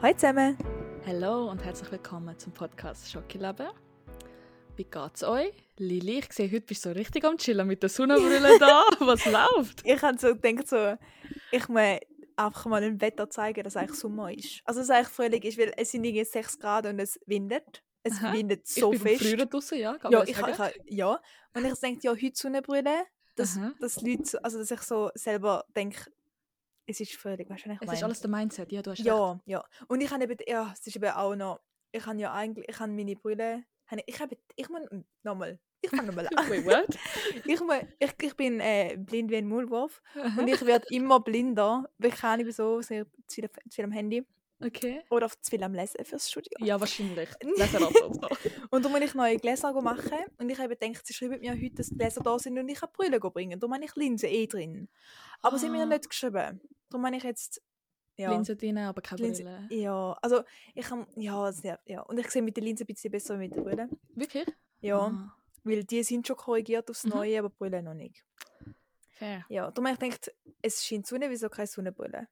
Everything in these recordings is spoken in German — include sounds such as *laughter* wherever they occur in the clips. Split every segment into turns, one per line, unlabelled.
Hallo zusammen!
Hallo und herzlich willkommen zum Podcast Schokileben. Wie geht's euch? Lili, ich sehe, heute bist du so richtig am Chillen mit der Sonnenbrille
*laughs*
da. Was läuft?
Ich habe so gedacht, so, ich muss einfach mal im Wetter zeigen, dass eigentlich Sommer ist. Also dass eigentlich Frühling ist, weil es sind irgendwie 6 Grad und es windet. Es
Aha.
windet so
ich bin
fest.
früher draußen, ja. kann
Ja,
man
ich, ha-
sagen.
ich, ha- ja. Und ich denke, ja, heute Sonnenbrille, dass,
Aha.
dass Leute, so- also dass ich so selber denke, es ist Frühling, weißt du, was ich
Es ist
meine?
alles der Mindset, ja, du
*laughs*
hast recht.
ja, ja. Und ich habe eben, ja, es ist eben auch noch, ich habe ja eigentlich, ich habe meine Brille, habe ich, ich habe, ich muss, nochmal, ich fange nochmal an.
*laughs* Wait, what?
*laughs* ich, mu- ich, ich bin äh, blind wie ein Maulwurf und ich werde immer blinder, weil ich kann nicht so sehr zu viel, zu viel am Handy
*laughs* Okay.
oder auf- zu viel am Lesen fürs Studio.
Ja, wahrscheinlich.
*laughs*
Leser ab und so.
Und darum muss ich neue Gläser machen und ich habe gedacht, sie schreiben mir heute, dass die Gläser da sind und ich kann die Brille bringen. Darum habe ich Linsen eh drin. Aber sie haben mir
Ah.
nicht geschrieben. Darum habe ich jetzt... Ja,
Linsen drin, aber keine
Linse-
Brille.
ja also ich habe... Ja, sehr- ja, und ich sehe mit den Linsen ein bisschen besser als mit den Brille.
Wirklich?
Ja,
Ah,
weil die sind schon korrigiert aufs
Mhm.
Neue, aber die Brille noch nicht.
fair.
Ja, darum habe ich gedacht, es scheint Sonne, wieso keine Sonnenbrille?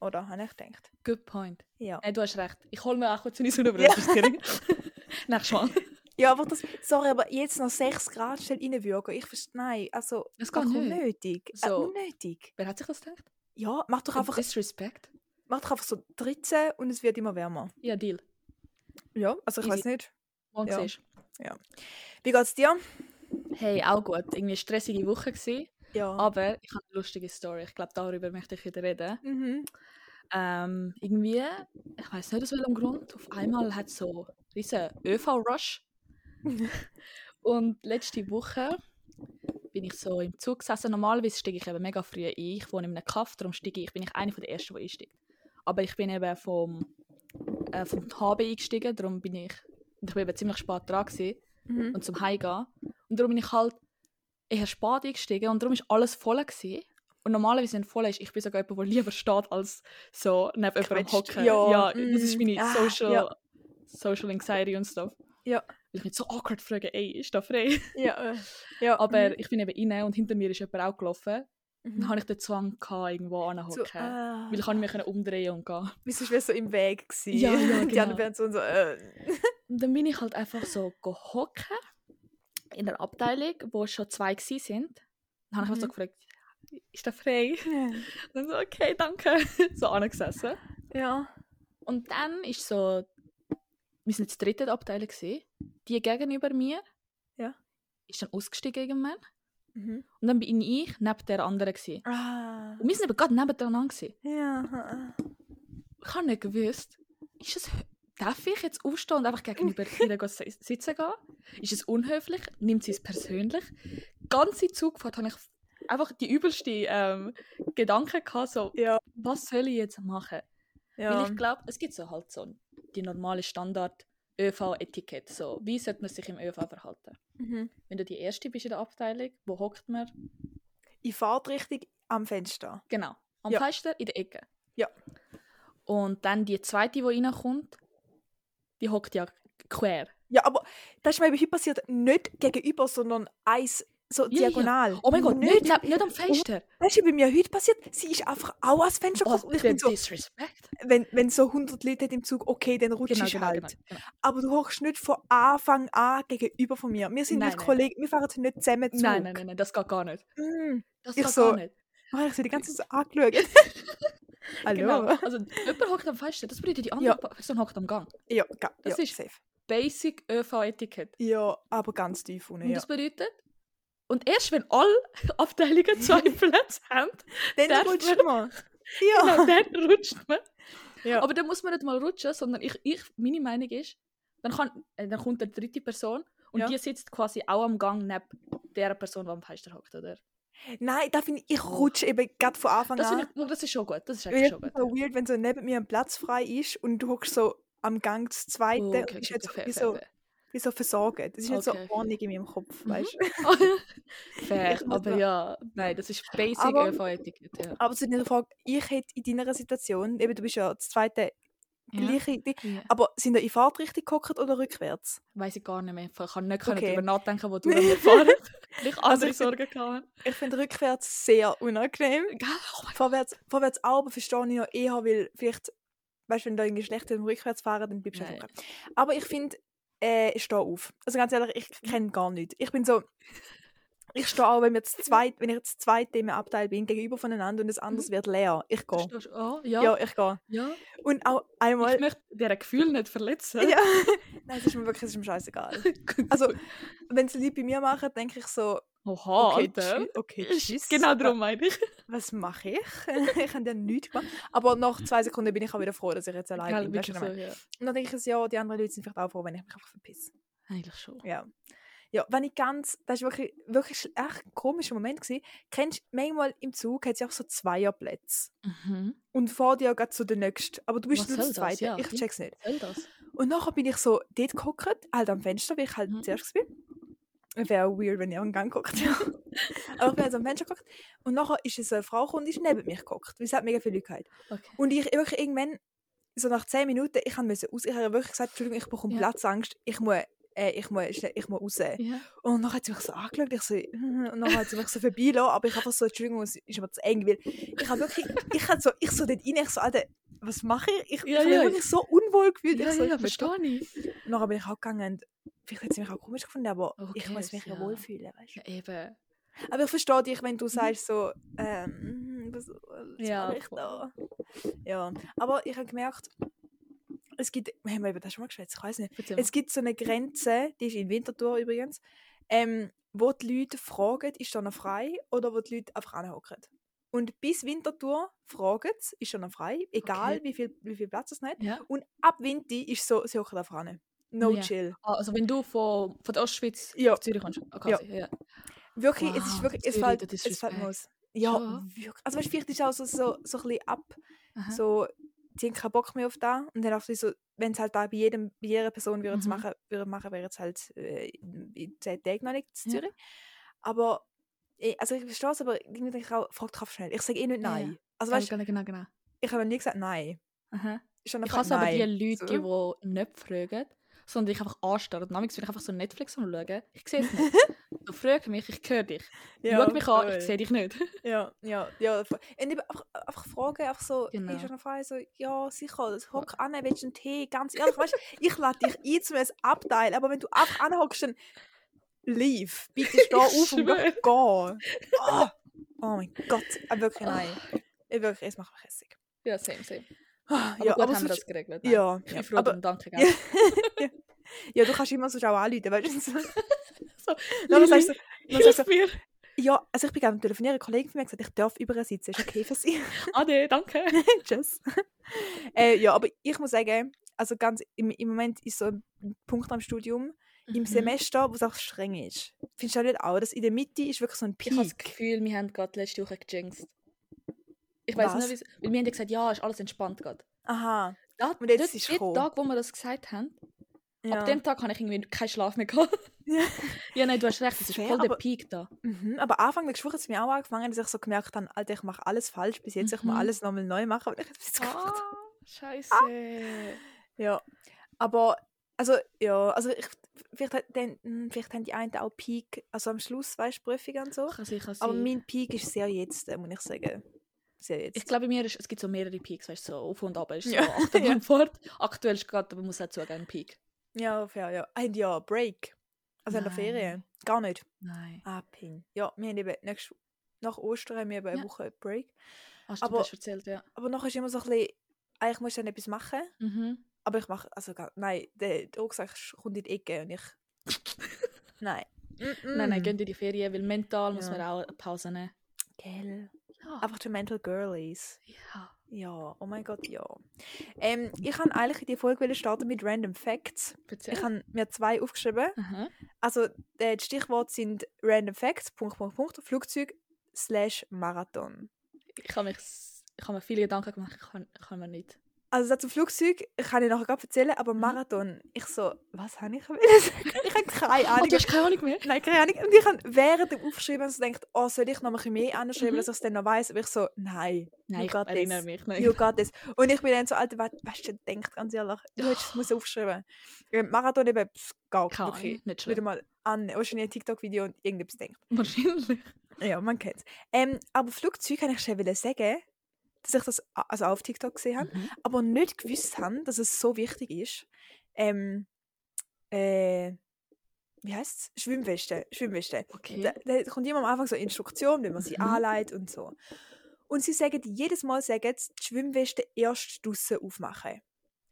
Oder habe ich gedacht?
Good point.
Ja.
Nein, du hast recht. Ich hole mir auch kurz eine Sonnenbrille.
Ja.
Ja. *laughs* Nächstes Mal.
Ja, aber das, sorry, aber jetzt noch 6 Grad schnell reinwürgen, ich verstehe, nein, also,
Das geht
warum
nicht.
unnötig. Äh,
So.
unnötig.
Wer hat sich das gedacht?
Ja, mach doch, einfach,
Disrespect?
mach doch einfach so 13 und es wird immer wärmer.
Ja, Deal.
Ja, also ich
Easy.
weiß nicht.
Morgen
Ja.
siehst
Wie geht's dir?
du. Hey, auch gut. Irgendwie eine stressige Woche gewesen.
Ja.
Aber ich habe eine lustige Story. Ich glaube, darüber möchte ich wieder reden.
Mhm.
Ähm, irgendwie, ich weiß nicht aus welchem Grund, auf einmal hat so riesen ÖV-Rush. Und letzte Woche bin ich so im Zug gesessen. Normalerweise steige ich eben mega früh ein. Ich wohne in einem Kaff, darum steige ich. Bin ich eine von der ersten, die einsteigt. Aber ich bin eben vom, äh, vom HB eingestiegen, darum bin ich, und ich bin eben ziemlich spät dran gewesen.
Mhm.
und zum Heimgehen. Und darum bin ich halt eher spät eingestiegen und darum war alles voll. Gewesen. Und normalerweise, wenn voll ist, ich bin sogar jemand, der lieber steht, als so neben jemandem
Quetscht.
hocken.
Ja,
das ist meine
mm. Ah,
Social,
ja.
Social Anxiety und stuff.
Ja.
Weil ich mich so awkward frage, ey, ist
*laughs*
da frei?
Ja, äh, ja.
Aber
mhm.
ich bin eben rein und hinter mir ist jemand auch gelaufen.
Mhm.
Dann hatte ich den Zwang, gehabt, irgendwo
so,
anzuhocken.
ah,
Weil ich habe mich nicht umdrehen und gehen.
wieso ist mir so im Weg gewesen?
Ja, ja,
*laughs* Die anderen
genau.
wären so, und so äh,
Und dann bin ich halt einfach so gehocke in der Abteilung, wo schon zwei gsi sind. Dann habe ich mich so
Mhm.
gefragt, ist der frei? *laughs* Und dann so, okay, danke. *laughs* So angesessen.
ja.
Und dann ist so, wir sind jetzt dritte Abteilung gsi. Die gegenüber mir
Ja.
ist dann ausgestiegen irgendwann.
Mhm.
Und dann bin ich neben der anderen gsi.
Ah.
Und wir sind eben gerade nebeneinander gsi.
Ja.
Ich habe nicht gewusst, ist es, darf ich jetzt aufstehen und einfach gegenüber ihr go si- sitzen gehen? Ist es unhöflich? Nimmt sie es persönlich? Ganze Zugfahrt habe ich einfach die übelsten ähm, Gedanken gehabt, so,
Ja.
was soll ich jetzt machen?
Ja.
Weil ich glaube, es gibt so halt so die normale Standard-ÖV-Etikette. So, wie sollte man sich im ÖV verhalten?
Mhm.
Wenn du die Erste bist in der Abteilung, wo hockt man?
In Fahrtrichtung am Fenster.
Genau. Am
Ja.
Fenster in der Ecke.
Ja.
Und dann die zweite, die reinkommt, die hockt ja quer.
Ja, aber das ist mir eben heute passiert, nicht gegenüber, sondern eins, so
ja.
diagonal.
Oh mein Gott, nicht, neb- nicht am Fenster.
Das ist bei mir heute passiert, sie ist einfach auch ans Fenster
Oh,
gekommen. Und ich
der
bin so,
Disrespect.
wenn, wenn so 100 Leute hat im Zug, okay, dann rutschst du halt.
genau.
Aber du hockst nicht von Anfang an gegenüber von mir. Wir sind
Nein,
nicht
nein.
Kollegen, wir fahren nicht zusammen Zug.
Nein, nein, nein, nein, das geht gar nicht.
nein. Mm.
Das
Ich
geht
so,
gar nicht.
Oh, ich habe die ganze Zeit so
*laughs*
angeschaut. Hallo?
Genau. Also, jemand hockt am Fenster, das bedeutet, die andere Person hockt am Gang.
Ja, ga,
Das
ja,
ist-
safe.
Basic ÖV-Etikette.
Ja, aber ganz tief unten,
Und
ja.
das bedeutet, und erst wenn alle *laughs* Abteilungen
*laughs*
zwei Plätze haben,
Dann
darf
rutscht man.
*laughs*
*laughs*
genau,
Ja.
dann rutscht man.
Ja.
Aber dann muss man nicht mal rutschen, sondern ich, ich meine Meinung ist, dann, kann, äh, dann kommt eine dritte Person und
Ja.
die sitzt quasi auch am Gang neben der Person, die am Fenster hockt, oder?
Nein, da finde ich, ich rutsche eben gerade von Anfang
Das,
an.
finde ich, oh, das ist schon gut, das ist
Weil
eigentlich
ich
schon
finde
gut.
es so weird, wenn so neben mir ein Platz frei ist und du hockst so am Gang zu zweiten
Oh,
und
okay,
bist
okay,
jetzt
okay,
wie,
fair,
so,
fair,
wie so versorgt. Das ist nicht
Okay,
so ordentlich in meinem Kopf,
Mhm.
weißt du? *laughs*
fair. fair.
Ich muss
aber
noch-
ja, nein, das ist basic
Aber-
ÖV-Etikette. Ja.
Aber zu deiner Frage, ich hätte in deiner Situation, eben du bist ja das zweite
Ja.
gleiche, Ding,
Ja.
aber sind da in Fahrtrichtung gehockt oder rückwärts?
Weiß ich gar nicht mehr. Ich kann nicht okay.
Okay. Also
darüber nachdenken, wo du
*laughs*
damit fahren. Vielleicht andere
ich-
Sorgen gehabt.
Ich finde rückwärts sehr unangenehm.
Gell? Oh mein
Vorwärts, vorwärts auch, aber verstehe ich noch eher, eh weil vielleicht weißt du, wenn du irgendwie schlecht im Rückwärts fahren, dann bleibst du
Nein.
einfach. Aber ich finde, äh, ich stehe auf. Also ganz ehrlich, ich kenne gar nichts. Ich bin so. Ich stehe auch, wenn, wir zu zweit, wenn ich jetzt zwei Themenabteil bin, gegenüber voneinander und das anderes wird leer. Ich gehe.
Verstehst du? Ah,
Ja.
Mhm. ja,
ich gehe.
ja.
Und auch einmal.
Ich möchte deren Gefühl nicht verletzen.
ja. *laughs* Nein, es ist mir wirklich es ist mir
*laughs*
scheißegal. Also, wenn es Leute bei mir machen, denke ich so,
Oha,
okay,
Oh, Alter.
tschü- okay
Ist-
tschüss.
Genau darum meine ich.
was mache ich? *laughs* ich habe ja nichts gemacht. Aber nach zwei Sekunden bin ich auch wieder froh, dass Ah, ich jetzt allein
Gell,
bin. weisst du,
wirklich
was
so,
ich meine?
ja.
Und dann denke ich, so, ja, die anderen Leute sind vielleicht auch froh, wenn ich mich einfach verpisse.
Eigentlich schon.
Ja. Ja, wenn ich ganz, das war wirklich, wirklich schl- echt ein komischer Moment. Gewesen. Kennst du, manchmal im Zug hat es ja auch so Zweierplätze.
Mhm.
Und vor dir geht so der Nächste. Aber du bist
Was
nur
soll
der
das?
Zweite.
Ja,
ich
stimmt.
check's nicht.
Soll das?
Und nachher bin ich so dort gehockt, halt am Fenster, wie ich halt
Mhm.
zuerst bin. Wäre auch weird, wenn ich am Gang
*laughs*
guckt. Ja. Aber ich bin also am Fenster geguckt. Und nachher ist es so eine Frau gekommen und ist neben mich geguckt. Weil es hat mega viele Leute gehabt.
Okay.
Und ich wirklich irgendwann, so nach 10 Minuten, ich habe müssen raus. Ich habe wirklich gesagt, Entschuldigung, ich bekomme
Ja.
Platzangst. Ich muss, äh, ich muss, schnell- ich muss raus.
*laughs* Ja.
Und dann hat sie mich so angeschaut, ich so, *laughs* «Mhm», und dann hat sie mich so vorbeilassen, aber ich einfach so, Entschuldigung, es ist mir zu eng, weil ich habe wirklich, ich habe so, ich so dort rein, ich so, Alter, was mache ich? Ich,
Ja,
ich habe mich
ja.
wirklich so unwohl gefühlt.
Ja,
ich so,
ja,
ich will doch-
verstehe ich.
Und dann bin ich auch gegangen und vielleicht hat sie mich auch komisch gefunden, aber ich
Okay,
muss mich ja
Oh, ja.
wohlfühlen, weißt du.
Ja, eben.
Aber ich verstehe dich, wenn du sagst so, ähm, was, was
Ja,
mache ich
voll.
da? Ja, aber ich habe gemerkt, es gibt, wir haben über das schon mal geschwätzt, ich weiß nicht.
Bitte.
Es gibt so eine Grenze, die ist in Winterthur übrigens, ähm, wo die Leute fragen, ist da noch frei oder wo die Leute einfach anhocken. Und bis Winterthur fragen sie, ist da noch frei, egal
Okay.
wie, viel, wie viel Platz es hat.
ja.
Und ab Winter ist so, sie hocken einfach an. No
Ja.
chill.
Ah, also wenn du von, von der Ostschweiz
Ja.
auf Zürich kommst. Okay,
Ja.
also, ja.
Wirklich, es ist
Wow,
wirklich, es
Zürich,
fällt,
der
es fällt mir aus.
Disrespect.
Ja,
Schon.
wirklich. Also weißt, du, vielleicht ist es auch so, so, so ein bisschen ab,
Aha.
so, sie haben keinen Bock mehr auf da und dann auch so, wenn es halt da bei, jedem, bei jeder Person würde es
Mhm.
machen, würde machen, wäre es halt äh, in in zehn Tagen noch nicht in
Ja.
Zürich. Aber, eh, also ich verstehe es, aber irgendwie denke ich auch, frag drauf schnell. Ich sage eh nicht
Ja,
nein.
ja.
Also
Genau,
weißt,
genau, genau, genau.
ich habe noch nie gesagt nein.
Aha.
Ist dann
Ich
einfach
hasse aber die
nein.
Leute, die,
So.
die nicht fragen, sondern dich einfach anstarren. Manchmal bin ich einfach so Netflix am schauen. Ich sehe es nicht. du fragst mich, ich höre dich.
Ja,
Schau mich an,
voll.
ich sehe dich nicht.
Ja, ja, ja. voll. Und eben einfach, einfach fragen, einfach so,
Genau.
ist schon eine Frage, so, ja, sicher, das hock an, willst du einen Tee? Ganz ehrlich, weißt du, ich lade dich ein, zum es abteilen, aber wenn du einfach anhockst, dann leave.
*laughs*
Bitte steh auf und
schwör.
geh. Oh, oh mein Gott, aber wirklich nein.
Ah.
Ich wirklich, es macht mich hässlich.
Ja, same, same.
Ah,
Aber
Ja,
gut
aber
haben wir das
sonst,
geregelt. Nein.
ja,
Ich
ja.
bin froh,
Aber,
drum, danke.
ja.
Ja.
ja, du kannst immer sonst auch anrufen, weißt du. so-
*laughs* So,
Dann sagst du,
*laughs*
so- dann sagst du,
Hilf mir!
so, ja, also ich bin gerade am Telefonieren, ein Kollege von mir hat gesagt, ich darf überall sitzen, ist okay für sie.
Ade, danke! *laughs*
Tschüss. *laughs* äh, ja, aber ich muss sagen, also ganz im, im Moment ist so ein Punkt am Studium, im
Mhm.
Semester, wo es auch streng ist. Findest du auch nicht auch, dass in der Mitte ist wirklich so ein
Ich habe das
Peak.
Gefühl, wir haben gerade letzte Woche gejinxt. Ich
Was?
weiß nicht, wieso- weil wir haben ja gesagt, ja, ist alles entspannt gerade.
Aha.
Da,
Und jetzt ist
dort-
es
dort
gekommen.
Tag, wo wir das gesagt haben,
Ja.
ab dem Tag habe ich irgendwie keinen Schlaf mehr gehabt.
*laughs* Ja.
ja, nein, du hast recht, es ist
Fair,
voll der
aber-
Peak da.
mhm. Aber Anfang der Woche hat es mir auch angefangen, dass ich so gemerkt habe, Alter, ich mache alles falsch bis jetzt, ich muss
Mhm. Ah.
alles nochmal neu machen, weil ich habe jetzt gemacht.
scheiße.
Ja. Aber, also, ja, also ich, vielleicht, hat dann, hm, vielleicht haben die einen auch Peak, also am Schluss, weißt du, Prüfungen und so.
Kann sein, kann
Aber
sein.
mein Peak ist sehr jetzt, äh, muss ich sagen. Sehr jetzt.
ich glaube, bei mir ist, es gibt so mehrere Peaks, weißt du, so auf und ab, ist
*laughs*
so
Ja.
*laughs* Achterbahn fort. Aktuell ist gerade, aber man muss auch zugeben, ein Peak.
Ja, fair, ja. Ein Jahr Break. Also in der
Nein.
Ferien. Gar nicht.
Nein.
Ah, Pin. Ja, wir haben eben nächst, nach Ostern haben wir eben eine
Ja.
Woche Break.
Hast
Aber-
du das erzählt, ja.
Aber nachher ist immer so ein bisschen, eigentlich musst du dann etwas machen.
Mhm.
Aber ich mache, also gar- nein, der der Rucksack sch- kommt in die Ecke
*laughs*
und ich... nein.
Nein, nein,
Mm-mm.
gehen in die Ferien, weil mental muss
Mm. Ja.
man auch eine Pause nehmen.
Gell.
Ja.
Einfach die Mental Girlies.
ja.
Ja, oh mein Gott, ja. Ähm, ich kann eigentlich in die Folge wollen starten mit Random Facts.
Erzähl.
Ich habe mir zwei aufgeschrieben.
Aha.
Also, äh, die Stichworte sind Random Facts, Punkt, Punkt, Punkt, Flugzeug, slash Marathon.
Ich habe mich, s- ich habe mir viele Gedanken gemacht, ich kann, kann mir nicht.
Also, das zum Flugzeug ich kann ich nachher gerade erzählen, aber
Mhm.
Marathon, ich so, was habe ich wollen *laughs* sagen? Ich habe keine
Oh,
Ahnung.
du hast keine Ahnung mehr?
Nein, keine Ahnung. Und ich habe während dem Aufschreiben so gedacht, oh, soll ich noch ein bisschen mehr anschreiben,
Mhm.
dass ich es dann noch weiss? Aber ich so, nein,
Nein,
you
ich
got
erinnere
this.
mich nicht.
You got this. Und ich bin dann so, Alter, was hast du denn gedacht, ganz ehrlich? Du hättest es müssen aufschreiben Ähm, Marathon eben, pff, gar
Oh. Keine Ahnung,
okay.
nicht
Wieder
schlimm.
mal an, wahrscheinlich ein TikTok-Video und irgendetwas denkt.
Wahrscheinlich.
Ja, man kennt es. Ähm, aber Flugzeug kann ich schon wieder sagen, dass ich das a- also auf TikTok gesehen habe,
Mhm.
aber nicht gewusst habe, dass es so wichtig ist. Ähm, äh, wie heißt es? Schwimmweste. Schwimmweste.
Okay.
Da, da kommt immer am Anfang so Instruktion, wenn man sie
Mhm.
anlegt und so. Und sie sagen, jedes Mal sagen sie, die Schwimmweste erst draussen aufmachen.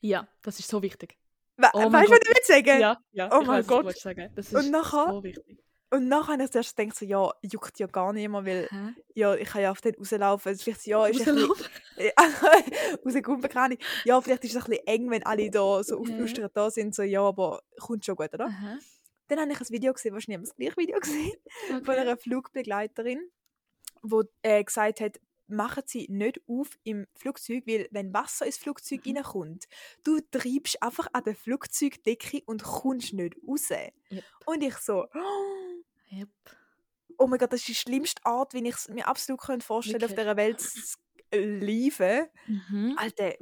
Ja, das ist so wichtig.
We
Oh mein
weißt du, was ich will sagen?
Ja, ja.
Oh
ich
mein
weiss, was du
Gott.
willst sagen. Das ist
Und nachher-
so wichtig.
Und nachher habe ich zuerst gedacht, so, ja, juckt ja gar nicht mehr, weil
Hä?
ja, ich kann ja auf den rauslaufen. Vielleicht ja,
*laughs*
ist ein bisschen-
Rauslaufen?
Äh, *laughs* rauskommen kann ich. Ja, vielleicht ist es ein bisschen eng, wenn alle da so
Mhm.
aufgelustert da sind, so ja, aber kommt schon gut, oder?
Aha,
Dann habe ich ein Video gesehen, wahrscheinlich das gleiche Video gesehen, *laughs* von
okay.
einer Flugbegleiterin, wo äh, gesagt hat, machen Sie nicht auf im Flugzeug, weil wenn Wasser ins Flugzeug
Mhm.
reinkommt, du treibst einfach an der Flugzeugdecke und kommst nicht raus.
Yep.
Und ich so, oh,
Yep.
oh mein Gott, das ist die schlimmste Art, wie ich es mir absolut könnte vorstellen auf
Wirklich.
dieser Welt zu leben.
Mhm.
Alter,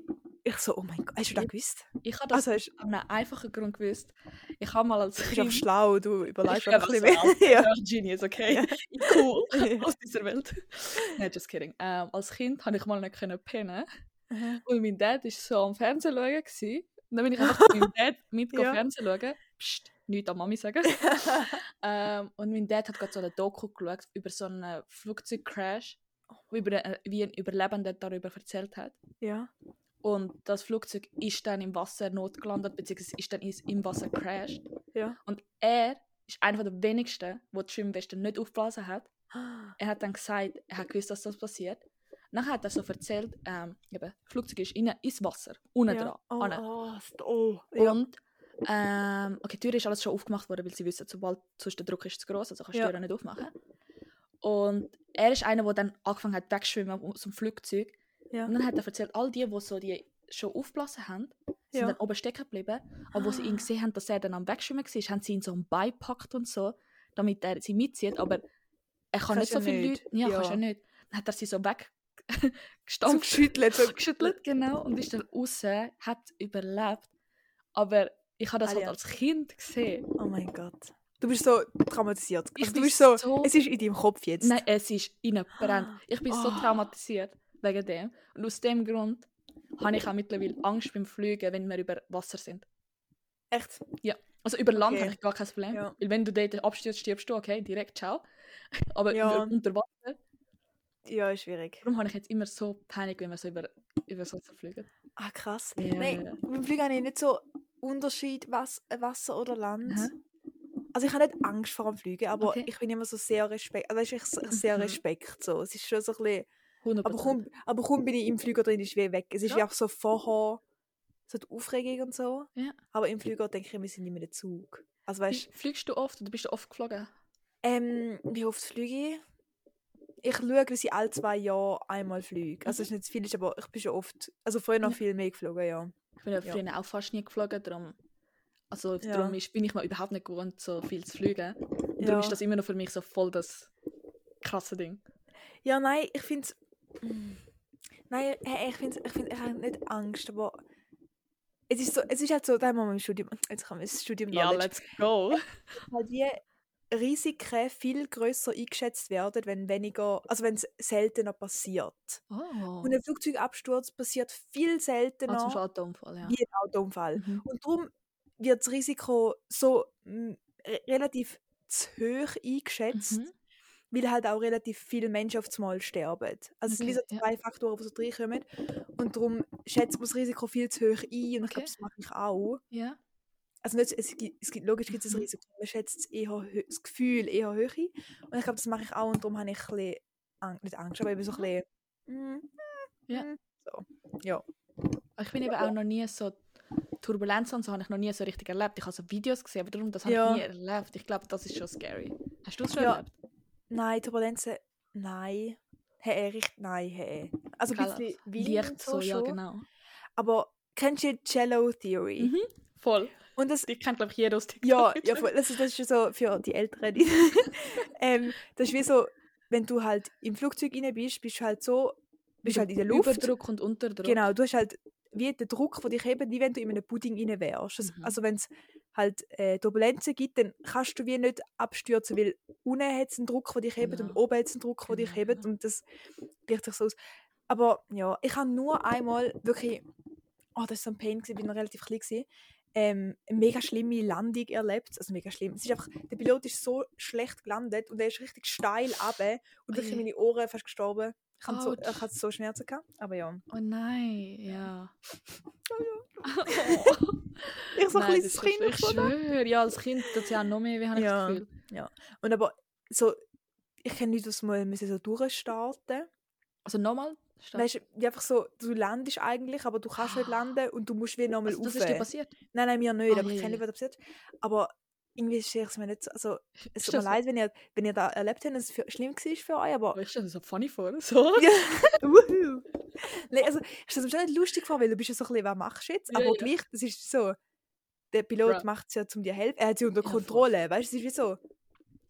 ich so, oh mein Gott, hast du das
Ja.
gewusst?
Ich habe das
Also, hast,
an einem einfachen Grund gewusst. Ich habe mal als
du bist einfach
Kind...
schlau, du
Ich
überlegst
bin
einfach
einfach
ein
so
bisschen mehr. *laughs*
alt. Genius, okay? *laughs* Cool. Aus dieser Welt. Nein, just kidding. Ähm, als Kind konnte ich mal nicht können pennen.
ja.
Und mein Dad war so am Fernsehen schauen. Gewesen. Und dann bin ich einfach zu meinem Dad mit
Ja.
ja. Fernsehen schauen. Psst, nichts an Mami sagen. ähm, und mein Dad hat gerade so eine Doku geschaut über so einen Flugzeugcrash, wo über, äh, wie ein Überlebender darüber erzählt hat.
ja.
Und das Flugzeug ist dann im Wasser notgelandet, beziehungsweise ist dann is- im Wasser crashed.
Ja.
Und er ist einer der wenigsten, der die Schwimmweste nicht aufgeblasen hat. Er hat dann gesagt, er hat gewusst, dass das passiert. Nachher hat er so erzählt, ähm, eben, das Flugzeug ist innen ins Wasser, unten dran.
Ja. Oh,
ane.
oh, st- oh. Ja.
Und, ähm, okay, die Tür ist alles schon aufgemacht worden, weil sie wissen, sobald sonst der Druck ist zu groß, also kannst du
Ja.
die Tür nicht aufmachen. Und er ist einer, der dann angefangen hat, wegschwimmen aus dem Flugzeug.
Ja.
Und dann hat er erzählt, all die, die so die schon aufgeblasen haben, sind
Ja. Ah.
dann oben stecken geblieben. Aber wo sie ihn gesehen haben, dass er dann am Wegschwimmen war, haben sie ihn so am Bein gepackt und so, damit er sie mitzieht. Aber er kann
Kannst
nicht so
ja
viele
nicht.
Leute. Ja,
Ja.
kannst ja nicht. Dann hat er sie so
So
*laughs* weggestampft
geschüttelt. So
geschüttelt, genau, und ist dann raus, hat überlebt. Aber ich habe das halt
Alien.
als Kind gesehen.
Oh mein Gott. Du bist so traumatisiert.
Ich
Also, du
bin
bist so,
so-
es ist in deinem Kopf jetzt.
Nein, es ist reingebrannt. Ich bin so
Oh.
traumatisiert wegen dem. Und aus dem Grund habe ich auch mittlerweile Angst beim Fliegen, wenn wir über Wasser sind.
Echt?
Also über Land
Okay.
habe ich gar kein Problem.
Ja.
Weil wenn du dort abstürzt, stirbst du, okay, direkt, ciao. *laughs* Aber
Ja.
über, unter Wasser,
Ja, ist schwierig.
darum habe ich jetzt immer so Panik, wenn wir so über, über das Wasser fliegen.
Ah, krass.
Ja.
Nein, beim Fliegen habe ich nicht so Unterschied was, äh, Wasser oder Land.
Aha.
Also ich habe nicht Angst vor dem Fliegen, aber
Okay.
ich bin immer so sehr Respekt. Also ich sehr
Mhm.
Respekt so. Es ist schon so ein bisschen.
100%.
Aber kaum, aber kaum bin ich im Flieger drin, ist wie weg. Es ist
Ja.
ja auch so vorher so die Aufregung und so.
Ja.
Aber im Flieger denke ich, wir sind immer der Zug. Also weißt du,
Fliegst du oft oder bist du oft geflogen?
ähm, wie oft fliege ich? Ich schaue, dass ich alle zwei Jahre einmal fliege. Also es ist nicht zu viel, ist aber ich bin schon oft, also vorher noch
Mhm. Ja.
viel mehr geflogen, ja.
Ich bin ja
Ja.
früher auch fast nie geflogen, darum, also,
Ja.
darum ist, bin ich mal überhaupt nicht gewohnt, so viel zu fliegen. Und
ja.
darum ist das immer noch für mich so voll das krasse Ding.
Ja, nein, ich finde es. Nein, hey, ich finde ich find, ich habe nicht Angst, aber es ist, so, es ist halt so, da haben wir mal im Studium, jetzt kann man das Studium Knowledge,
let's
*laughs*
go.
weil die Risiken viel größer eingeschätzt werden, wenn weniger, also wenn es seltener passiert.
Oh.
Und ein Flugzeugabsturz passiert viel
Ah, zum
seltener
Schadunfall, ja.
wie ein Autounfall.
Mhm.
Und darum wird das Risiko so mm, re relativ zu hoch eingeschätzt
Mhm.
weil halt auch relativ viele Menschen auf einmal sterben. Also es sind wie so
Okay, ja.
zwei Faktoren, die so reinkommen. Und darum schätzt man das Risiko viel zu hoch ein. Und ich
Okay.
glaube, das mache ich auch.
Ja.
Also nicht, es gibt, es gibt, logisch gibt es ein
Mhm.
Risiko, man schätzt es eher, hö- das Gefühl eher hoch ein. Und ich glaube, das mache ich auch. Und darum habe ich ein bisschen, Ang nicht Angst, aber eben
Mhm.
so ein bisschen... mm,
Ja.
mm.
Ich bin eben auch noch nie so Turbulenz und so habe ich noch nie so richtig erlebt. Ich habe so Videos gesehen, aber darum, das habe
Ja.
ich nie erlebt. Ich glaube, das ist schon scary. Hast du es schon
Ja.
erlebt?
Nein, Turbulenzen, nein. Hey, richtig, nein, hey. Also ein
Gell?
bisschen Wind und
Leicht so, ja,
schon.
genau.
Aber kennst du die Cello Theory?
Mhm. Voll.
Und das
Die kennt, glaube ich, jeder aus TikTok.
*laughs* Ja, ja voll. das, ist, das ist so für die Älteren. *laughs* ähm, das ist wie so, wenn du halt im Flugzeug rein bist, bist du halt so, bist halt in der Luft.
Überdruck und Unterdruck.
Genau, du hast halt wie den Druck, den dich eben, wie wenn du in einem Pudding rein wärst. Das-
Mhm.
Also wenn es halt äh, Turbulenzen gibt, dann kannst du wie nicht abstürzen, weil unten hat es einen Druck, der dich hebt und
Genau.
oben hat es einen Druck, der dich
Genau,
hebt und das gleicht sich so aus. Aber ja, ich habe nur einmal wirklich, oh, das war so ein Pain, gewesen, ich bin noch relativ klein, gewesen, ähm, eine mega schlimme Landung erlebt. Also mega schlimm. Es ist einfach, der Pilot ist so schlecht gelandet und er ist richtig steil runter und wirklich
Ui.
meine Ohren fast gestorben. Ich hatte so,
Autsch.
ich hatte so Schmerzen, gehabt, aber ja.
Oh nein, ja.
Ich *laughs* so
Nein,
ein
das
kleines
ist
Kind
Ich
davon.
schwöre, ja, als Kind tut es ja auch noch mehr, wie habe ich
Ja.
das Gefühl.
Und aber so, ich kenne nicht, dass wir müssen so durchstarten
Also nochmal? Stopp.
Weißt du, wie einfach so, du landest eigentlich, aber du kannst nicht
Ah.
landen und du musst wie nochmal
also, das
rauf.
ist dir passiert?
Nein, nein, mir nicht,
Ah,
aber
ja,
ich kenne
ja,
nicht, was da passiert. Aber irgendwie ist es mir nicht so,
*laughs*
also es tut mir
das-
leid, wenn ihr, wenn ihr da erlebt habt, dass es für, schlimm war für euch, aber
Oh, Weißt du, das ist so funny vor. So.
Ja. *laughs* Wuhu! Nein, also, ich stelle mir schon nicht lustig vor, weil du bist ja so ein bisschen, was machst du jetzt?
Ja,
Aber
ja.
gleich, das ist so, der Pilot
Bruh.
macht es ja, um dir zu helfen, er hat sie unter
Ja, voll.
Kontrolle, weißt du, es ist wie so,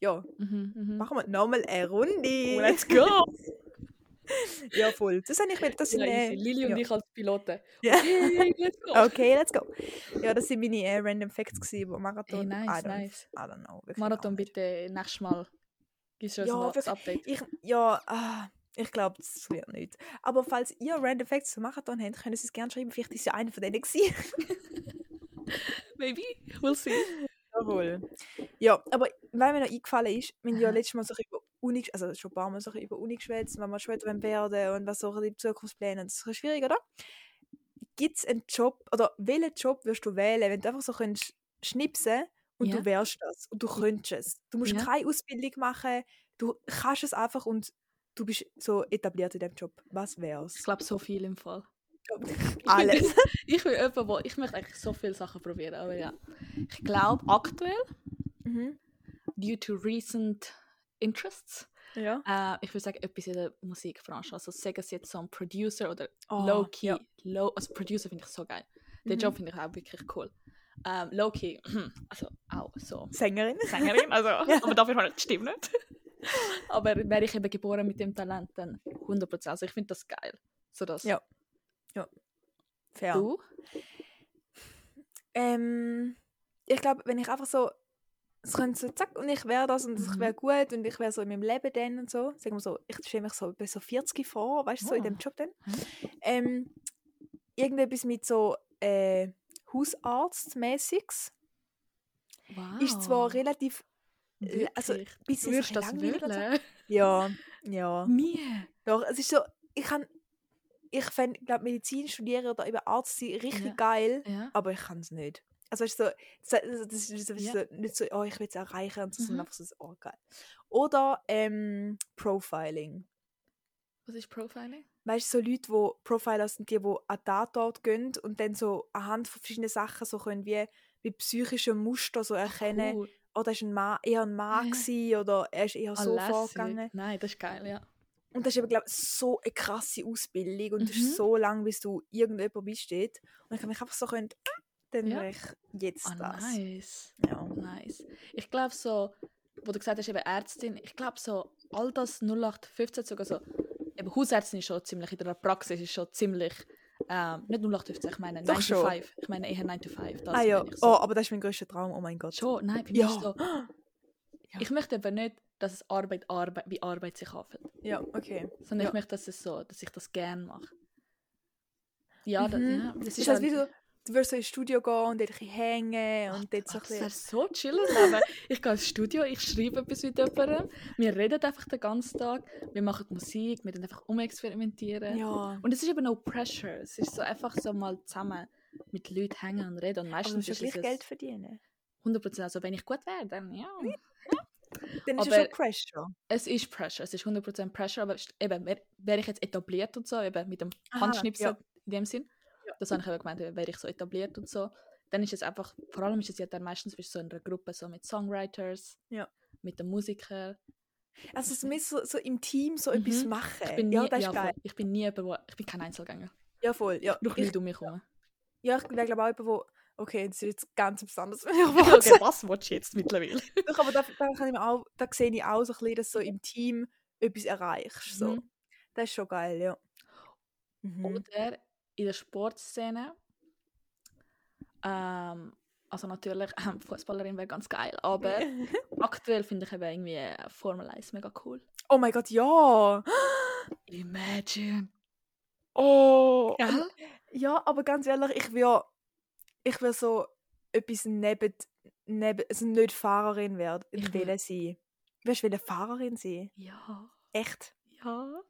ja,
Mhm, mhm.
machen wir nochmal eine Runde.
Oh,
*laughs*
Let's go!
ja, voll. Das habe ich mir, das sind,
ja, easy.
äh,
Lili und
ja.
ich als
*laughs*
Piloten.
Ja.
*laughs* Okay, let's
okay, let's
go!
go. Ja, das sind meine äh, random Facts gewesen, über Marathon.
Ey, nice,
I don't,
nice.
I don't know. wirklich
Marathon
gar nicht.
bitte nächstes Mal. Gibst du uns
Ja,
noch das
wirklich. *laughs*
Update?
Ich, ja, ah, ich glaube, das wird nicht. Aber falls ihr random Facts zum Marathon habt, könnt ihr es gerne schreiben, vielleicht ist ja einer von denen gewesen.
Maybe, we'll see.
Jawohl.
*laughs*
Ja, aber weil mir noch eingefallen ist, wir haben ja
Aha.
letztes Mal so ein bisschen über Uni, gesch- also schon ein paar Mal so ein bisschen über Uni geschwätzt, wenn wir später werden werden und was so die Zukunftspläne und das ist ein bisschen schwierig, oder? Gibt es einen Job, oder welchen Job wirst du wählen, wenn du einfach so könntest schnipsen und
Ja.
du wärst das und du könntest es. Du musst
Ja.
keine Ausbildung machen, du kannst es einfach und du bist so etabliert in diesem Job. Was
Ich
wär's?
glaube, so viel im Fall. Ich bin-
*laughs* Alles.
Ich bin jemand, wo ich möchte eigentlich so viele Sachen probieren, aber ja. Ich glaube aktuell,
Mhm.
due to recent interests,
Ja.
äh, ich würde sagen, etwas in der Musikbranche. Also sagen es jetzt so ein Producer oder
Oh,
Low-Key.
ja.
Low, also Producer finde ich so geil. Den
Mhm.
Job finde ich auch wirklich cool. Ähm, Low-Key, *clears throat* also auch so
*laughs* Sängerin.
Sängerin, also, aber dafür habe ich die
*laughs*
Stimme nicht. aber wäre ich eben geboren mit dem Talent, dann 100%. Also ich finde das geil. So dass
Ja. Fair.
du,
Ähm, ich glaube, wenn ich einfach so, es könnte so zack und ich wäre das und ich
Mhm.
wäre gut und ich wäre so in meinem Leben dann und so, sagen wir so, ich stelle mich so bei so 40 vor, weißt du, so in dem
Ah.
Job dann.
Mhm.
Ähm, irgendetwas mit so äh, Hausarztmäßiges
wow.
ist zwar relativ,
Wirklich?
also, ein
du
bisschen
Ah. würdest
so
das
langweilig und so.
wählen?
ja, ja.
Mir?
Doch, es ist so, ich kann, ich fände, glaube Medizin studieren oder eben Arzt sein richtig
Ja.
geil
Ja.
aber ich kann es nicht. Also weißt du, so, das, das- das ist so,
Ja.
so, nicht so, oh, ich will es erreichen, und so, sondern
Mhm.
einfach so, oh, geil. Oder ähm, Profiling.
Was ist Profiling?
Weißt du, so Leute, die Profiler sind, die, die an den Tatort gehen und dann so anhand von verschiedenen Sachen so können wie mit psychischen Mustern so erkennen,
Cool.
oh, das ist ein Mann, eher ein Mann
Ja.
gewesen, oder er ist eher
Ah,
so
lässig.
vorgegangen.
Nein, das ist geil, ja.
Und das ist eben, glaube ich, so eine krasse Ausbildung und das
Mhm.
ist so lang, bis du irgendjemand bist dort. Und ich kann mich einfach so können, dann
Ja.
wäre ich jetzt
Ah,
das.
nice.
Ja.
Nice. Ich glaube so, wo du gesagt hast, eben Ärztin, ich glaube so, all das 0815 sogar so, eben Hausärztin ist schon ziemlich, in der Praxis ist schon ziemlich, ähm, nicht 0815, ich meine
Doch
9
schon.
to 5. Ich meine eher 9 to 5. Das
Ah ja,
meine ich so.
oh, aber das ist mein größter Traum, oh mein Gott.
Schon, nein, für mich
Ja.
ist
*gasps*
so, ich möchte aber nicht, dass es Arbeit, Arbeit wie Arbeit sich anfühlt,
Ja, okay.
sondern
Ja.
ich möchte, dass es so, dass ich das gerne mache. Ja, das,
Mhm.
ja, das
Das
ist halt
ist heißt,
auch-
wie du, du wirst so ins Studio gehen und dort ein bisschen hängen
Ah,
und dort so ein
ah, das wäre
bisschen...
so chillig. aber ich gehe ins Studio, ich schreibe etwas mit jemandem. Wir reden einfach den ganzen Tag. Wir machen Musik, wir tun einfach umexperimentieren.
Ja.
Und es ist eben no pressure. Es ist so einfach so mal zusammen mit Leuten hängen und reden. Und
Aber du
meistens
musst ja
ist
gleich
es
Geld verdienen.
100%. Also wenn ich gut wäre, dann ja.
Dann ist ja
Aber-
schon Pressure.
Es ist pressure. Es ist 100% pressure. Aber st- eben, wär- wäre ich jetzt etabliert und so, eben mit dem
Aha,
Handschnipsen
ja.
in dem Sinn.
Ja.
Das habe ich eben gemeint, eben, wäre ich so etabliert und so. Dann ist es einfach, vor allem ist es ja dann meistens bist du so in einer Gruppe so mit Songwriters,
Ja.
mit den Musikern.
Also es muss so, so im Team so etwas
Mhm.
machen.
Ich bin nie,
Äh, ja, das ist
voll.
geil.
Ich bin nie jemand, wo, ich bin kein Einzelgänger.
Ja, voll. Ja,
Durch
ich,
Leute um mich herum.
ja, ich wäre glaube auch jemand, wo... Okay, das ist jetzt ganz *laughs* besonders, wenn ich
Okay,
okay.
*laughs* was willst du jetzt mittlerweile?
Doch, aber da, da, kann ich mir auch, da sehe ich auch so ein bisschen, dass du so im Team etwas erreichst. So.
Mhm.
Das ist schon geil, ja. Mhm.
Oder in der Sportszene. Ähm, also natürlich, Fußballerin wäre ganz geil, aber
*laughs*
aktuell finde ich eben äh, irgendwie Formel 1 mega cool.
Oh mein Gott, ja!
Imagine. Oh! Gell?
Ja, aber ganz ehrlich, ich will, ich will so etwas neben, neben also nicht Fahrerin werden,
Ich
will sein. Willst du will Fahrerin sein?
Ja,
Echt?
ja.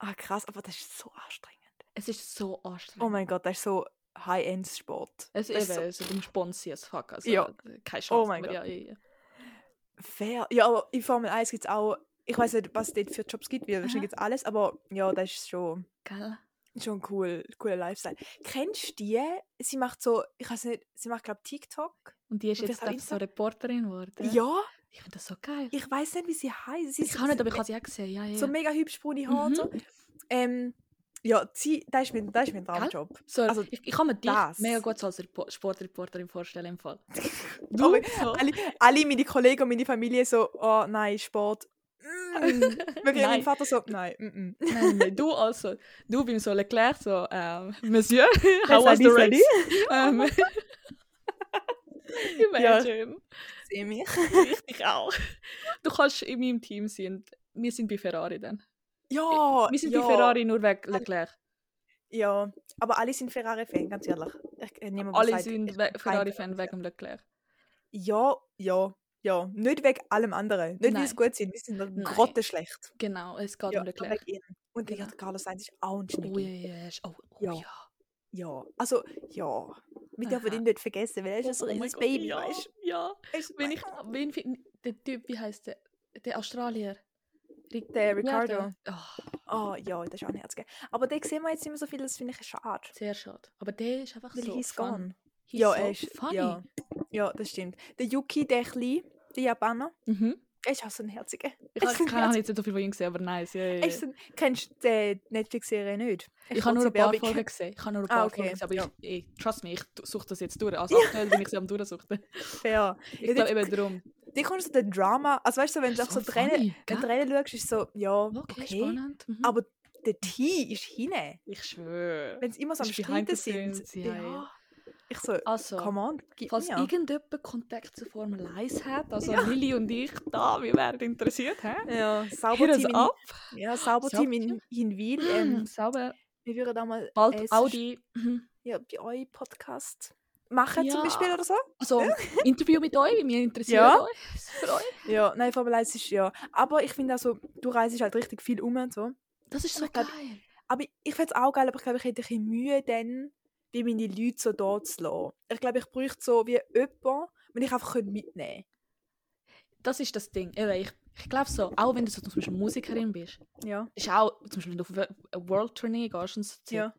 Ah, krass, aber das ist so anstrengend.
Es ist so
Oh
anstrengend.
mein Gott, das ist so High-End-Sport.
es
das
ist
ist
eben, so. du Sponsor as fuck. Also,
Ja. Oh
Keine Chance.
mein
aber
Gott.
Ja, ja, ja.
Fair. Ja, aber in Formel 1 gibt es auch, ich weiß nicht, was es dort für Jobs gibt, weil
Aha.
wahrscheinlich gibt es alles, aber ja, das ist schon,
Gell?
schon cool, cooler Lifestyle. Kennst du die? Sie macht so, ich weiß nicht, sie macht, glaube TikTok.
Und die ist
Und
jetzt
vielleicht auch
einfach
Insta-
so Reporterin geworden.
Ja,
Ich finde das so geil.
ich weiß nicht, wie sie heißt. Sie
Ich,
ist
kann nicht,
so,
aber ich Mhm. habe sie auch gesehen. Ja, ja.
so
ja.
mega hübsch braune Haare. und So. Ähm, ja, sie, das ist mein, das ist mein Traumjob.
So,
Also,
ich, ich kann mir dich
das.
mega gut so als Repo- Sportreporterin vorstellen im Fall.
*laughs* Aber
so.
alle, alle meine Kollegen und meine Familie so, oh nein, Sport. Mm. Wirklich,
*laughs* Nein.
mein Vater so, nein. Mm -mm.
Nein, nein, du also, du beim so Leclerc so, ähm, *laughs* Monsieur,
*laughs* Das
how
sei
was the
dies, sei
race?
dies. *laughs*
*laughs* Ähm, Imagine.
Sehe mich.
Ich auch. Du kannst in meinem Team sein. Wir sind bei Ferrari dann.
Ja,
Wir sind
Oh, ja.
bei Ferrari nur wegen Leclerc.
Ja, aber alle sind Ferrari-Fan, ganz ehrlich. Ich, äh, niemand, der
Alle
sagt,
sind
ich
we-
bin kein
Ferrari-Fan wegen Leclerc.
Ja, ja, ja. Nicht wegen allem anderen. Nicht, weil
Nein.
sie gut sind. Wir sind
Nein.
doch grottenschlecht.
Genau, es geht
Ja,
um
nur
Leclerc.
wegen ihnen. Und
Genau.
ja, Carlos Sainz ist auch ein Schnecki.
Oh ja, ja, ja, ist- oh, oh
Ja.
ja.
Ja, also, ja. Wir dürfen
Aha.
ihn nicht vergessen, weil er ist
Oh,
ein so
oh mein
riesiges
Gott,
Baby,
ja,
weißt du?
Ja,
Er ist-
wenn ich, wenn, fin- der Typ, wie heißt der? Der Australier. Ric-
Der
wie heißt
Ricardo.
der? Ah,
Oh, ja, das ist auch ein Herz, gell? Aber den sehen wir jetzt nicht mehr so viel, das finde ich schade.
sehr schade. Aber der ist einfach
Weil
so
he's
fun.
gone.
He's
ja,
so
er ist.
funny.
Ja. ja, das stimmt. Der Yuki, der Kleine, der Japaner,
Mhm.
*laughs* er ist auch so ein Herziger. Er
Ich
ist
habe
ein
keine Ahnung, jetzt nicht so viel von ihm gesehen, aber nice. Ja, ja, ja.
Echt, kennst du die Netflix-Serie nicht?
Ich habe nur
wollte
ein
Werbung-
paar
*laughs*
Folgen gesehen. Ich habe nur ein
Ah,
paar
okay.
Folgen gesehen, aber ich, ich, trust me, ich tu- suche das jetzt durch. Also aktuell bin ich sie am durchsuchen.
Fair.
Ich glaube eben darum.
Die kannst du den Drama, also weißt du, wenn du auch so Tränen,
funny,
wenn
gell?
du Tränen schaust, ist so, ja,
Okay,
okay.
spannend. Mhm.
Aber der Tee ist hinten.
ich schwöre.
Wenn sie immer so am
Ist behind the
Streiten sind.
scenes, ja, ja.
Ich so,
Also,
come on, gib
falls
mir.
irgendjemand Kontakt zu Formel 1 hat, also Lilly und ich da, wir wären interessiert, hä?
ja,
Hit us
Sauberteam in,
up.
ja, Sauberteam in,
Sauberteam.
in Wiel.
Ähm, *clears throat*
Ähm,
sauber.
wir würden da mal
Bald
äh, so
Audi. Mhm.
sch- Ja, bei euch Podcast machen zum
Ja.
Beispiel oder so.
Also, *laughs* Interview mit euch, wir interessieren
Ja.
euch. Ist Für euch.
Ja, nein, Formel 1 ist ja. Aber ich finde auch so, du reist halt richtig viel um und so.
Das ist so
Ich glaub,
geil.
Aber ich- ich fände es auch geil, aber ich glaube, ich hätte ein bisschen Mühe dann, wie meine Leute so da zu lassen. Ich glaube, ich bräuchte so wie jemanden, den ich einfach könnte mitnehmen
Das ist das Ding. Eben, ich ich glaube so, auch wenn du so zum Beispiel Musikerin bist,
könnte. Ja.
ist auch, zum Beispiel, wenn du auf eine- eine World-Tournee gehst und so,
Ja.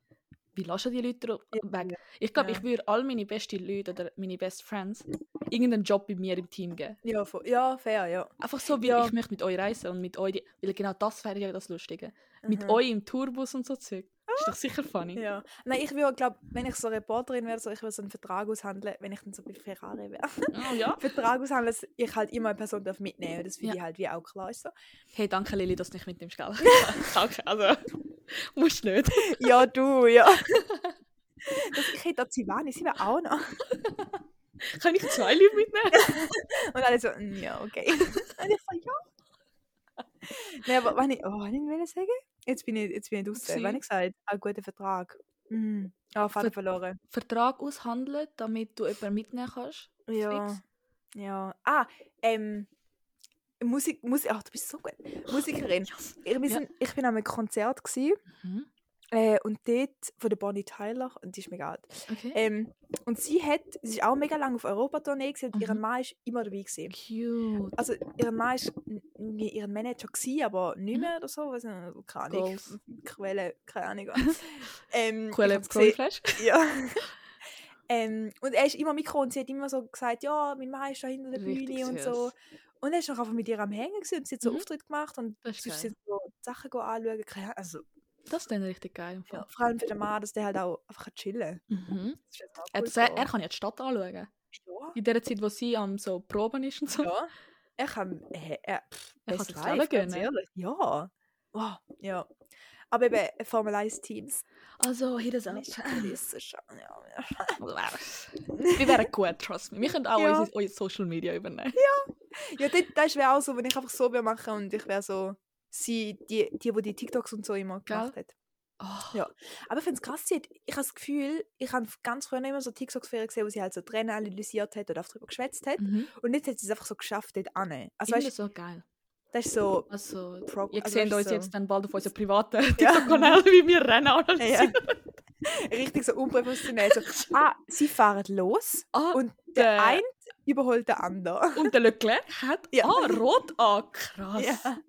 wie lassen die Leute dr-
Ja.
weg? Ich glaube,
Ja.
ich würde all meine besten Leute oder meine best friends irgendeinen Job bei mir im Team geben.
Ja, voll. ja, fair, ja.
Einfach so, wie
Ja.
ich möchte mit euch reisen und mit euch, die, weil genau das wäre ja das Lustige. Mit
Mhm.
euch im Tourbus und so Zeug. Ist doch sicher funny.
Ja. Nein, ich würde, glaube wenn ich so Reporterin wäre, so, ich würde so einen Vertrag aushandeln, wenn ich dann so bei Ferrari wäre. *laughs*
Oh, ja.
Vertrag aushandeln, dass ich halt immer eine Person darf mitnehmen darf. Das finde
Ja.
ich halt wie auch klar. Ist so.
Hey, danke Lili, dass du nicht mitnimmst, *laughs* gell? danke, also *laughs* musst nicht.
*laughs* Ja, du, *laughs* ja. das, ich hätte auch Zivani, sie wäre auch noch.
*laughs* Kann ich zwei Leute mitnehmen?
Und alle so, «Mm, ja, okay. *laughs* Und ich so, ja. Nein, aber wenn ich, oh, wenn ich will sagen, jetzt bin ich, jetzt bin ich raus.
Upsi.
Wenn ich gesagt, ein guter Vertrag. Mm. Ah, Faden
Ver-
verloren.
Vertrag aushandeln, damit du jemanden mitnehmen kannst.
Ja.
Fix.
Ja. Ah, ähm, Musik, Musik, ach, du bist so gut. Musikerin. Ich, wir
Ja.
sind, ich bin an einem Konzert gewesen,
Mhm.
äh, und dort von der Bonnie Tyler, und die ist mega alt.
Okay.
Ähm, und sie hat, sie ist auch mega lange auf Europa-Tournee gewesen, und
Mhm.
ihren Mann ist immer dabei gewesen.
Cute.
Also ihren Mann ist n- n- ihren Manager gsi, aber nicht
Mhm.
mehr oder so, weiß nicht,
Ah,
keine Ahnung,
Goals.
Quelle, keine Ahnung.
*laughs*
was. ähm, ich
Coole
hab's gesehen,
Proflash.
ja. *laughs* ähm, und er ist immer am Mikro und sie hat immer so gesagt, ja, mein Mann ist da hinter der
Richtig
Bühne und
süß.
so. Und er ist noch einfach mit ihr am Hängen gewesen, und sie hat so
Mhm.
Auftritt gemacht und
Das ist
sie
geil.
sind so Sachen go anschauen, keine Ahnung, also
Das ist dann richtig geil. Im Fall.
ja, vor allem für den Mann, dass der halt auch einfach kann chillen.
Mhm.
Das ist jetzt auch
Er,
cool
hat sehr-
so.
er kann ja die Stadt anschauen.
ja,
In der Zeit, wo sie am so Proben ist *laughs* und so.
ja. Er kann, er, er,
Er kann
Best
sich
Life,
selber
ganz
gönnen.
ehrlich. Ja. Wow, ja. Aber eben äh, Formel 1 Teams.
Also, hier das
Das
ab.
ist
*laughs*
alles so schade, ja, ja.
Wir wären gut, trust me. Wir können auch
Ja.
unsere, unsere Social Media übernehmen.
Ja, das, das wäre auch so, wenn ich einfach so würde machen und ich wäre so sie, die, die, die, die TikToks und so immer
Gell?
gemacht hat.
Oh,
Ja. Aber ich finde es krass, sie hat, ich habe das Gefühl, ich habe ganz früher immer so TikToks von ihr gesehen, wo sie halt so Tränen analysiert hat oder oft darüber geschwätzt hat.
mhm.
Und jetzt hat sie es einfach so geschafft, dort an. Also
Ich finde
weißt
das so geil.
du, das ist so...
Also,
Pro
ihr
also,
seht
weißt du,
uns
so-
jetzt dann bald auf unserem privaten TikTok-Kanal, wie wir rennen. Oder?
Ja.
*laughs*
Richtig so unprofessionell. So, ah, sie fahren los
Ah,
und
Äh.
der eine überholt den anderen.
und der Leclerc hat
Ja.
ah, rot an. Krass.
*laughs* Ja.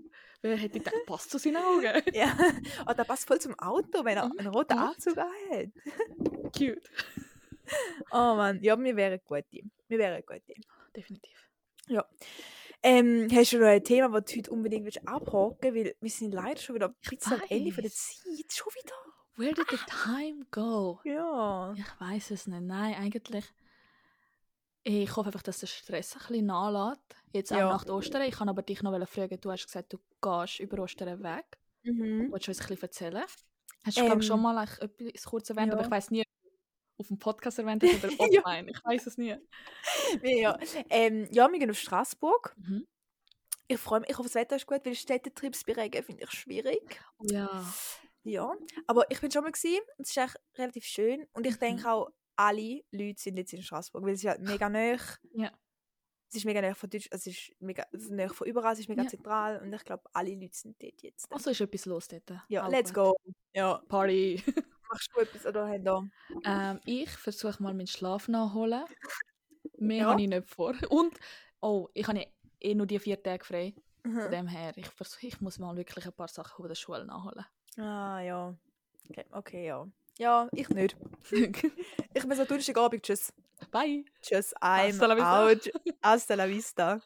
Wer hätte gedacht, passt zu seinen Augen?
Ja, und der passt voll zum Auto, wenn er
Oh mein
einen roten
Gott.
Anzug hat.
*laughs* Cute.
Oh Mann, ja, wir wären gute. Wir wären gute.
Definitiv.
Ähm, hast du noch ein Thema, das du heute unbedingt willst abhaken willst? Weil wir sind leider schon wieder ein bisschen am Ende von der Zeit. Schon wieder?
Where did the time go?
Ja.
Ich weiß es nicht. Nein, eigentlich. Ich hoffe einfach, dass der Stress ein bisschen nachlässt. Jetzt auch
Ja.
nach den Ostern. Ich kann aber dich noch fragen. Du hast gesagt, du gehst über Ostern weg.
*laughs* Mhm.
Willst du uns ein bisschen erzählen? Hast du glaub
Ähm,
ich, schon mal ein- etwas kurz erwähnt, aber
ja.
ich weiß nie, ob du auf dem Podcast erwähnt hast oder
*laughs* Ja.
online. Ich weiß es nie.
Ja, ähm, ja, wir gehen auf Straßburg.
Mhm.
Ich freue mich, ich hoffe, das Wetter ist gut, weil Städtetrips bei Regen finde ich schwierig.
Ja.
Ja, aber ich bin schon mal gewesen, und es ist echt relativ schön und ich
Mhm.
denke auch, alle Leute sind jetzt in Straßburg, weil es ist halt mega nah.
Ja.
Es ist mega nah von Deutsch, also es ist mega nah von überall, es ist mega
Ja.
zentral und ich glaube, alle Leute sind dort jetzt.
Also ist etwas los dort.
ja,
Auch
let's
gut.
go. Ja,
Party.
machst du etwas oder haben da?
*laughs* Ähm, ich versuche mal meinen Schlaf nachholen. Mehr
Ja.
habe ich nicht vor. Und, oh, ich habe ja eh nur die vier Tage frei. Von
Mhm.
dem her, ich, versuch, ich muss mal wirklich ein paar Sachen von der Schule nachholen. *laughs*
Ah, ja. Okay, okay, ja. Ja, ich nicht. Ich bin so Donnerstagabend, tschüss.
Bye.
Tschüss, I'm
Hasta la vista.
out. Hasta la vista.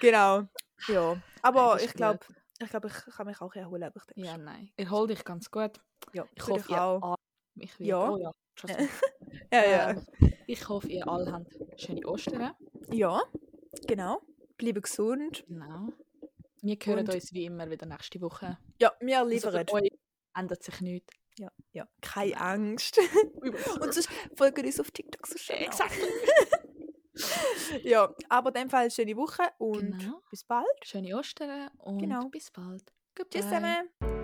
Genau. Ja. Aber
das ist
ich glaube, ich glaube, ich kann mich auch erholen, aber ich denke
Ja,
schon.
nein. Erhol dich ganz gut.
Ja,
Ich
tu dich
hoffe, ihr
auch.
alle mich wieder.
Ja.
Oh ja, trust me.
*laughs* Ja, ja.
Ähm, Ich hoffe, ihr alle habt schöne Ostern.
Ja, genau. Bleibe gesund.
Genau. Wir hören
Und-
uns wie immer wieder nächste Woche.
Ja, wir
Also
liefern.
für euch ändert sich nichts.
Ja, ja. Keine Angst. Und sonst folgen uns auf TikTok so schön.
Exakt.
Ja, aber in dem Fall schöne Woche und
Genau.
bis bald.
Schöne Ostern und
Genau.
bis bald. Goodbye.
Tschüss zusammen.